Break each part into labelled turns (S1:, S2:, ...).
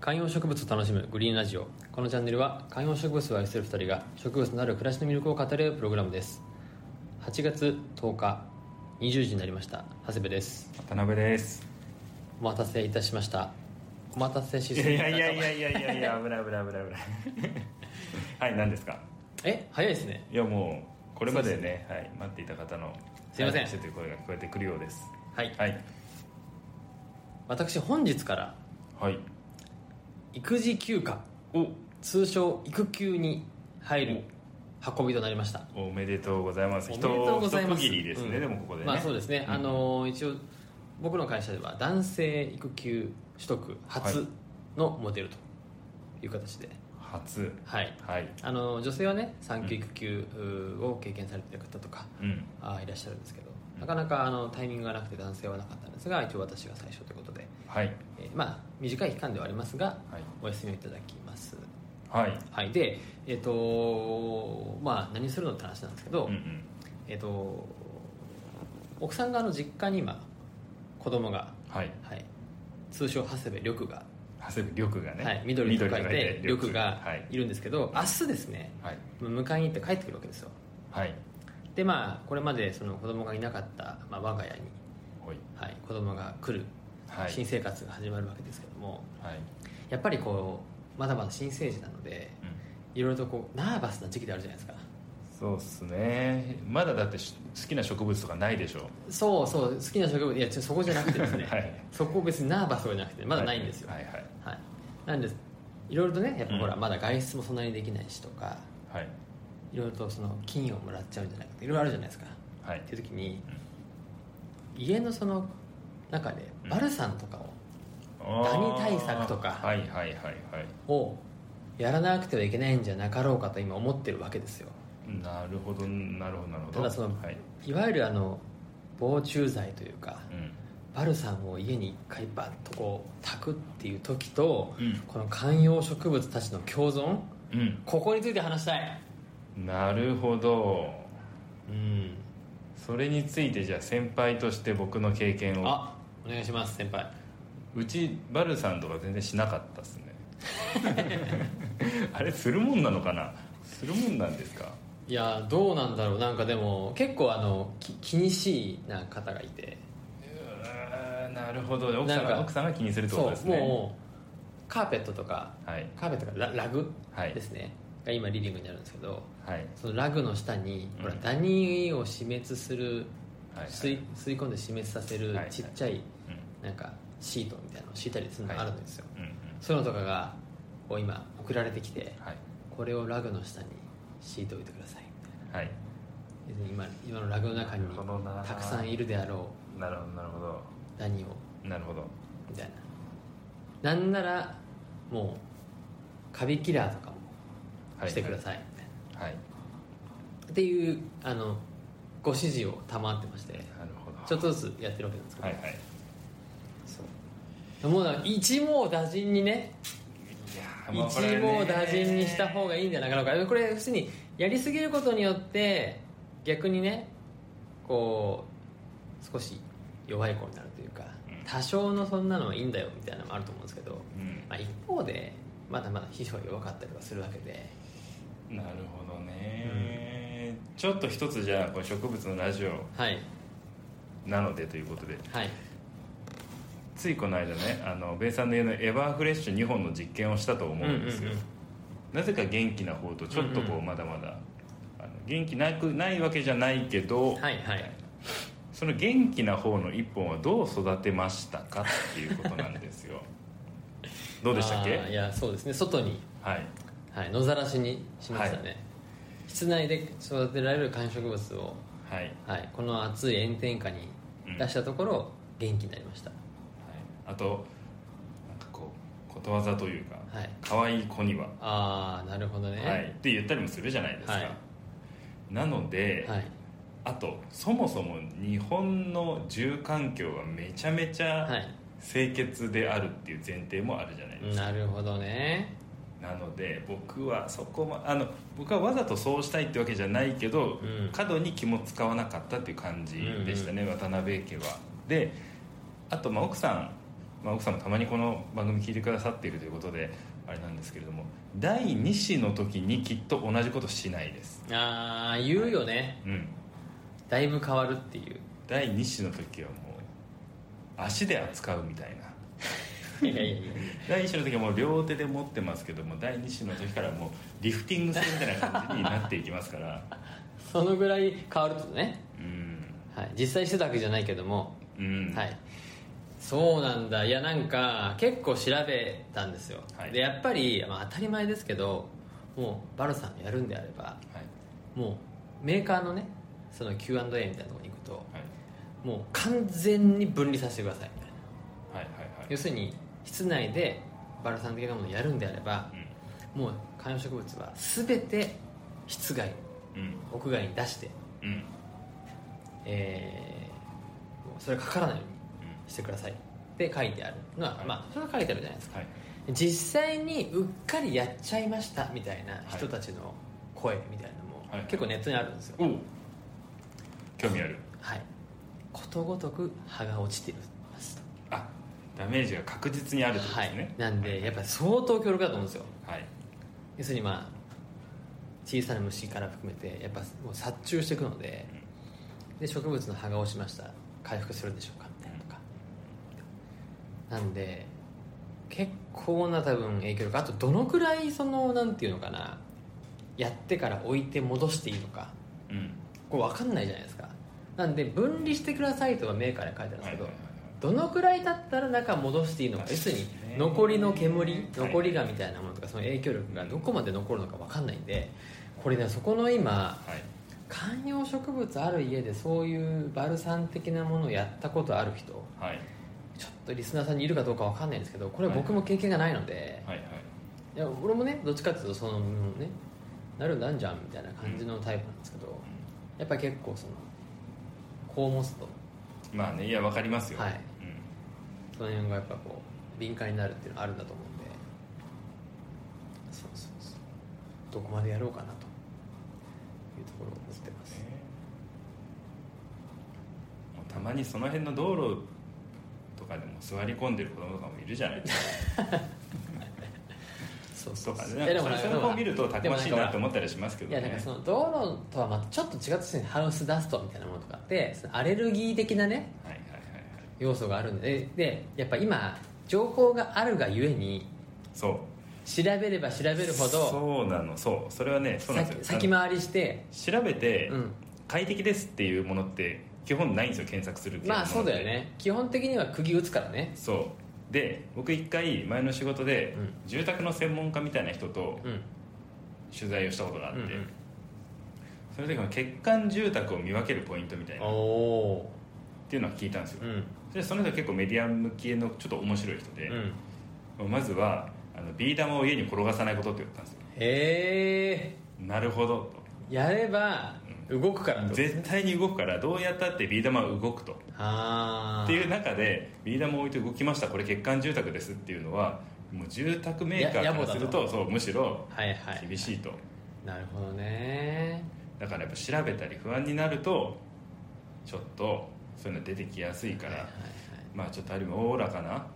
S1: 観葉植物を楽しむグリーンラジオこのチャンネルは観葉植物を愛する2人が植物のある暮らしの魅力を語り合うプログラムです8月10日20時になりました長谷部です
S2: 渡辺です
S1: お待たせいたしましたお待たせし
S2: い
S1: すぎた
S2: やいやいやいやいやいや危ない危ない危 ない危ないはい何ですか
S1: え早いですね
S2: いやもうこれまでねはい、待っていた方の
S1: すいません
S2: はいしてという声が聞こえてくるようです
S1: はい
S2: はい
S1: 私本日から
S2: はい
S1: 育児休暇
S2: お
S1: 通称育休に入る運びとなりました
S2: おめでとうございます
S1: おめでとうございます
S2: 一区切りですね、
S1: うん
S2: でもここでね
S1: まあそうですね、
S2: ん
S1: あのー一応僕の会社では男性育休取得
S2: は
S1: 初
S2: い
S1: のモデルという形で
S2: 初
S1: はい、
S2: はい
S1: あのー女性はね産休育休うーを経験されている方とか、
S2: うん
S1: あーいらっしゃるんですけどなかなかあのタイミングがなくて男性はなかったんですが一応私が最初ということで、
S2: はい
S1: えーまあ短い期間ではありますが、
S2: はい
S1: お休みをいただきます
S2: はい
S1: はいでえっ、とまあ何するのって話なんですけど、
S2: うんうん
S1: えっと奥さん側の実家に今子供が、
S2: はい
S1: はい、通称長谷部緑が、
S2: 長谷部緑がね、
S1: はい、緑と書い
S2: と
S1: て緑
S2: は
S1: が
S2: い
S1: いるんですけど、明日ですね
S2: はい
S1: 迎えに行って帰ってくるわけですよ
S2: はい
S1: でまあこれまでその子供がいなかった、まあ、我が家に、
S2: ほい
S1: はい、子供が来る
S2: はい
S1: 新生活が始まるわけですけども、
S2: はい、
S1: やっぱりこうまだまだ新生児なので
S2: うん
S1: いろいろとこうナーバスな時期であるじゃないですか
S2: そうっすねまだだってし好きな植物とかないでしょ
S1: そうそう好きな植物いやちょそこじゃなくてですね、
S2: はい
S1: そこ別にナーバスじゃなくてまだないんですよ、
S2: はいはい
S1: はい、なんですいろいろとねやっぱほら、
S2: うん
S1: まだ外出もそんなにできないしとか
S2: はい
S1: いろいろとその金をもらっちゃうんじゃないかといろいろあるじゃないですか、
S2: はい
S1: っていう時に、家のその中で
S2: うん
S1: バルサンとかを,、
S2: あー
S1: ダニ対策とか
S2: はいはいはいはい
S1: をやらなくてはいけないんじゃなかろうかと今思ってるわけですよ
S2: なるほどなるほどなるほど
S1: ただその、
S2: はいい、
S1: わゆるあの防虫剤というか、
S2: うん、
S1: バルサンを家に一回バッとこう炊くっていう時と、
S2: うん
S1: この観葉植物たちの共存ここについて話したい
S2: うん、なるほど
S1: うん
S2: それについてじゃあ先輩として僕の経験を
S1: あお願いします先輩
S2: うちバルさんとか全然しなかったっすね あれするもんなのかなするもんなんですか
S1: いやどうなんだろうなんかでも結構あのき気にしいな方がいて
S2: うーんなるほど奥さん
S1: なんか
S2: が奥さんが気にするって
S1: そ
S2: こと
S1: う
S2: ですね
S1: もうカーペットとか
S2: はい
S1: カーペットとかララグ
S2: はい
S1: ですね、が今リビングにあるんですけど
S2: はい
S1: そのラグの下に、
S2: うん
S1: ほらダニを死滅する、
S2: はいはい
S1: 吸い吸い込んで死滅させる
S2: はいはい
S1: ちっちゃい、
S2: うん
S1: なんかシートみたいなのを敷いたりするのがあるんですよ、
S2: うんうん
S1: そういうのとかがこう今送られてきて
S2: はい
S1: これをラグの下に敷いておいてくださいみたいな
S2: はい
S1: 別に今今のラグの中に
S2: なるほどな
S1: たくさんいるであろ
S2: なるほどなるほど
S1: うダニを
S2: なるほど
S1: みたいななんならもうカビキラーとかもしてくださいみたいな、
S2: はい
S1: っていうあのご指示を賜ってまして
S2: なるほど
S1: ちょっとずつやってるわけなんですけど、
S2: はいはい
S1: そうもうなんか一網打尽にね
S2: いやーまあこれ
S1: 一
S2: ね
S1: 網打尽にした方がいいんじゃなかろうかこれ普通にやりすぎることによって逆にねこう少し弱い子になるというか
S2: うん
S1: 多少のそんなのはいいんだよみたいなのもあると思うんですけど、
S2: うん
S1: まあ、一方でまだまだ皮膚は弱かったりはするわけで
S2: なるほどねちょっと一つじゃあこれ植物のラジオ
S1: はい
S2: なのでということで
S1: はい
S2: ついこの間ねあのベイさんの家のエバーフレッシュ2本の実験をしたと思うんですよ、
S1: うんうん
S2: なぜか元気な方とちょっと
S1: う
S2: こ
S1: んう
S2: うんまだまだ、あの元気なくないわけじゃないけど、
S1: はいはい
S2: その元気な方の1本はどう育てましたかっていうことなんです よどうでしたっけ
S1: あーいやそうですね外に、
S2: はい
S1: はい、野ざらしにしましたね、
S2: は
S1: 室内で育てられる観植物を
S2: はい、は
S1: は
S2: い、
S1: い、この暑い炎天下に出したところ、元気になりました
S2: あとなんかこうことわざというか、
S1: はい
S2: 可愛い子には、
S1: ああなるほどね
S2: はい、って言ったりもするじゃないですか、
S1: はい
S2: なので、
S1: はい
S2: あとそもそも日本の住環境がめちゃめち
S1: は
S2: ゃ
S1: い
S2: 清潔であるっていう前提もあるじゃないですか、
S1: なるほどね
S2: なので僕はそこもあの僕はわざとそうしたいってわけじゃないけど、
S1: うん
S2: 過度に気も使わなかったっていう感じでしたね、渡辺家はであとまあ奥さんまあ、奥様たまにこの番組聞いてくださっているということであれなんですけれども第2子の時にきっと同じことしないです、
S1: あー言うよね
S2: うん、
S1: だいぶ変わるって いう
S2: 第2子の時はもう足で扱うみたいない
S1: やいやいや
S2: 第1子の時はもう両手で持ってますけども第2子の時からもうリフティングするみたいな感じになっていきますから
S1: そのぐらい変わるとね、
S2: うん、
S1: はい、実際してたわけじゃないけども、
S2: うん、
S1: はいそうなんだいやなんか結構調べたんですよ、
S2: はい
S1: でやっぱり、まあ、当たり前ですけどもうバルさんやるんであれば
S2: はい
S1: もうメーカーのねその Q&A みたいなところに行くと
S2: はい
S1: もう完全に分離させてくださいみたいな
S2: はいはいはい
S1: 要するに室内でバルサン的なものをやるんであればもう観葉植物は全て室外
S2: うんうん
S1: 屋外に出して、
S2: うんうん
S1: えーもうそれがかからないようにしてくださいって書いてあるのは、
S2: はい
S1: まあそれが書いてあるじゃないですか
S2: はい
S1: 実際にうっかりやっちゃいましたみたいな人たちの声みたいなの
S2: はい
S1: も結構ネットにあるんですよ
S2: おう興味ある
S1: はいことごとく葉が落ちています
S2: あダメージが確実にあるってこと
S1: は
S2: です
S1: い
S2: ね、
S1: なんでやっぱり相当強力だと思うんですよ
S2: はい
S1: 要するにまあ小さな虫から含めてやっぱもう殺虫していくのでで植物の葉が落ちました回復するんでしょうかみたいなとかなんで結構な多分影響力あとどのくらいそのなんていうのかなやってから置いて戻していいのか
S2: うんうん
S1: これ分かんないじゃないですかなんで分離してくださいとはメーカーに書いてあるんです
S2: はい
S1: けど、
S2: はい
S1: どのくらい経ったら中戻していいのか要するに残りの煙残りがみたいなものとかその影響力がどこまで残るのか分かんないんでこれねそこの今
S2: はい
S1: 観葉植物ある家でそういうバルサン的なものをやったことある人
S2: はい
S1: ちょっとリスナーさんにいるかどうか分かんないんですけどこれ僕も経験がないので、
S2: はいはい
S1: い、や俺もねどっちかっていうとそのうんねなるなんじゃんみたいな感じのタイプなんですけど、やっぱり結構そのこう持つと
S2: まあねいやわかりますよ
S1: はい
S2: うん
S1: その辺がやっぱこう敏感になるっていうのはあるんだと思うんでそうそうそうどこまでやろうかなというところを思ってます、
S2: もうたまにその辺の道路とかでも座り込んでる子供とかもいるじゃないです
S1: そう
S2: か
S1: そう
S2: とか
S1: そう
S2: ね
S1: いやでも
S2: そ
S1: なん
S2: れ
S1: か
S2: それをこう見るとたくましいなと思ったりしますけ
S1: い
S2: ど
S1: やなんか
S2: ね
S1: その道路とはまたちょっと違ったハウスダストみたいなものとかあってそのアレルギー的なね
S2: はいはいはいはい
S1: 要素があるんででやっぱ今情報があるがゆえに
S2: そう
S1: 調べれば調べるほど
S2: そうなのそうそれはねそうなんですよ
S1: 先先回りして
S2: あの調べて
S1: うん
S2: 快適ですっていうものって基本ないんですよ検索する系の
S1: まあ
S2: もの
S1: そ
S2: っ
S1: う
S2: て
S1: だよね基本的には釘打つからね
S2: そうで僕一回前の仕事で
S1: うん
S2: 住宅の専門家みたいな人と
S1: うん
S2: 取材をしたことがあって、
S1: うんうん
S2: その時の欠陥住宅を見分けるポイントみたいなっ
S1: おお
S2: ていうのは聞いたんですよ、
S1: うん
S2: でその人は結構メディア向けのちょっと面白い人で
S1: う、ん
S2: まずはあのビー玉を家に転がさないことって言ったんですよ
S1: へえ
S2: なるほど
S1: やれば動くから
S2: と
S1: ってこと
S2: 絶対に動くからどうやったってビー玉は動くと
S1: ああ
S2: っていう中でビー玉を置いて動きましたこれ欠陥住宅ですっていうのはもう住宅メーカー
S1: や
S2: か
S1: 野暮
S2: ら
S1: だ
S2: す
S1: と
S2: るとそうむしろ
S1: はいはい
S2: 厳しいと、
S1: なるほどね
S2: だからやっぱ調べたり不安になるとちょっとそういうの出てきやすいから、
S1: はいはい
S2: まあちょっとある意味おおらかな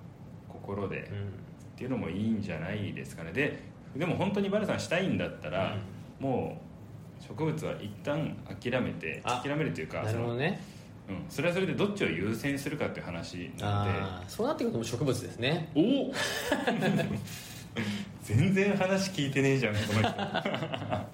S2: 心で、
S1: はい
S2: っ
S1: うん
S2: ていうのもいいんじゃないですかねででも本当にバルさんしたいんだったら、もう植物は一旦諦めて
S1: あ
S2: 諦めるというか
S1: な
S2: そ
S1: るほ
S2: の
S1: どね
S2: うん、それはそれでどっちを優先するかっていう話な
S1: ああそうなってくるともう植物ですね
S2: のでおお 全然話聞いてねえじゃんこの人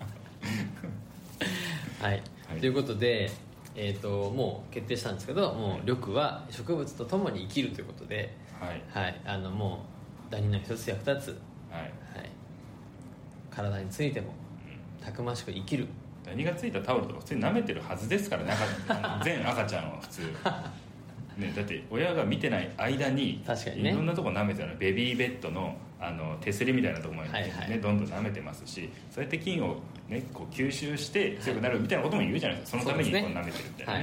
S1: はい、
S2: はい
S1: ということで、えー、ともう決定したんですけどもう緑は植物と共に生きるということで、
S2: はい
S1: はい、あのもうダニの一つや二つ、は
S2: はい、
S1: い、体についても
S2: うん
S1: たくましく生きる
S2: ダニがついたタオルとか普通に舐めてるはずですからね赤 あの全赤ちゃんは普通、ね、だって親が見てない間に
S1: 確かにね
S2: いろんなとこ舐めてるベビーベッドのあの手すりみたいなとこまで、ね
S1: はいはい
S2: どんどん舐めてますしそうやって菌を、ね、こう吸収して強くなるみたいなことも言うじゃないですかそのために
S1: そ
S2: こ
S1: う
S2: う
S1: ですね
S2: 舐めてるみたいな、
S1: はい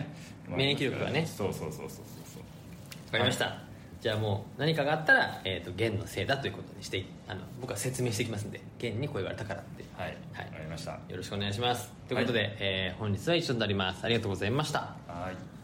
S2: まあ
S1: 免疫力がね
S2: そうそうそうそうそうそう
S1: わかりました、じゃあもう何かがあったら、えー、と弦のせいだということにしてあの僕は説明していきますんで弦にこう言われたからって
S2: はい、
S1: はい
S2: わかりました
S1: よろしくお願いしますということで、えー本日は一緒になりますありがとうございました
S2: はい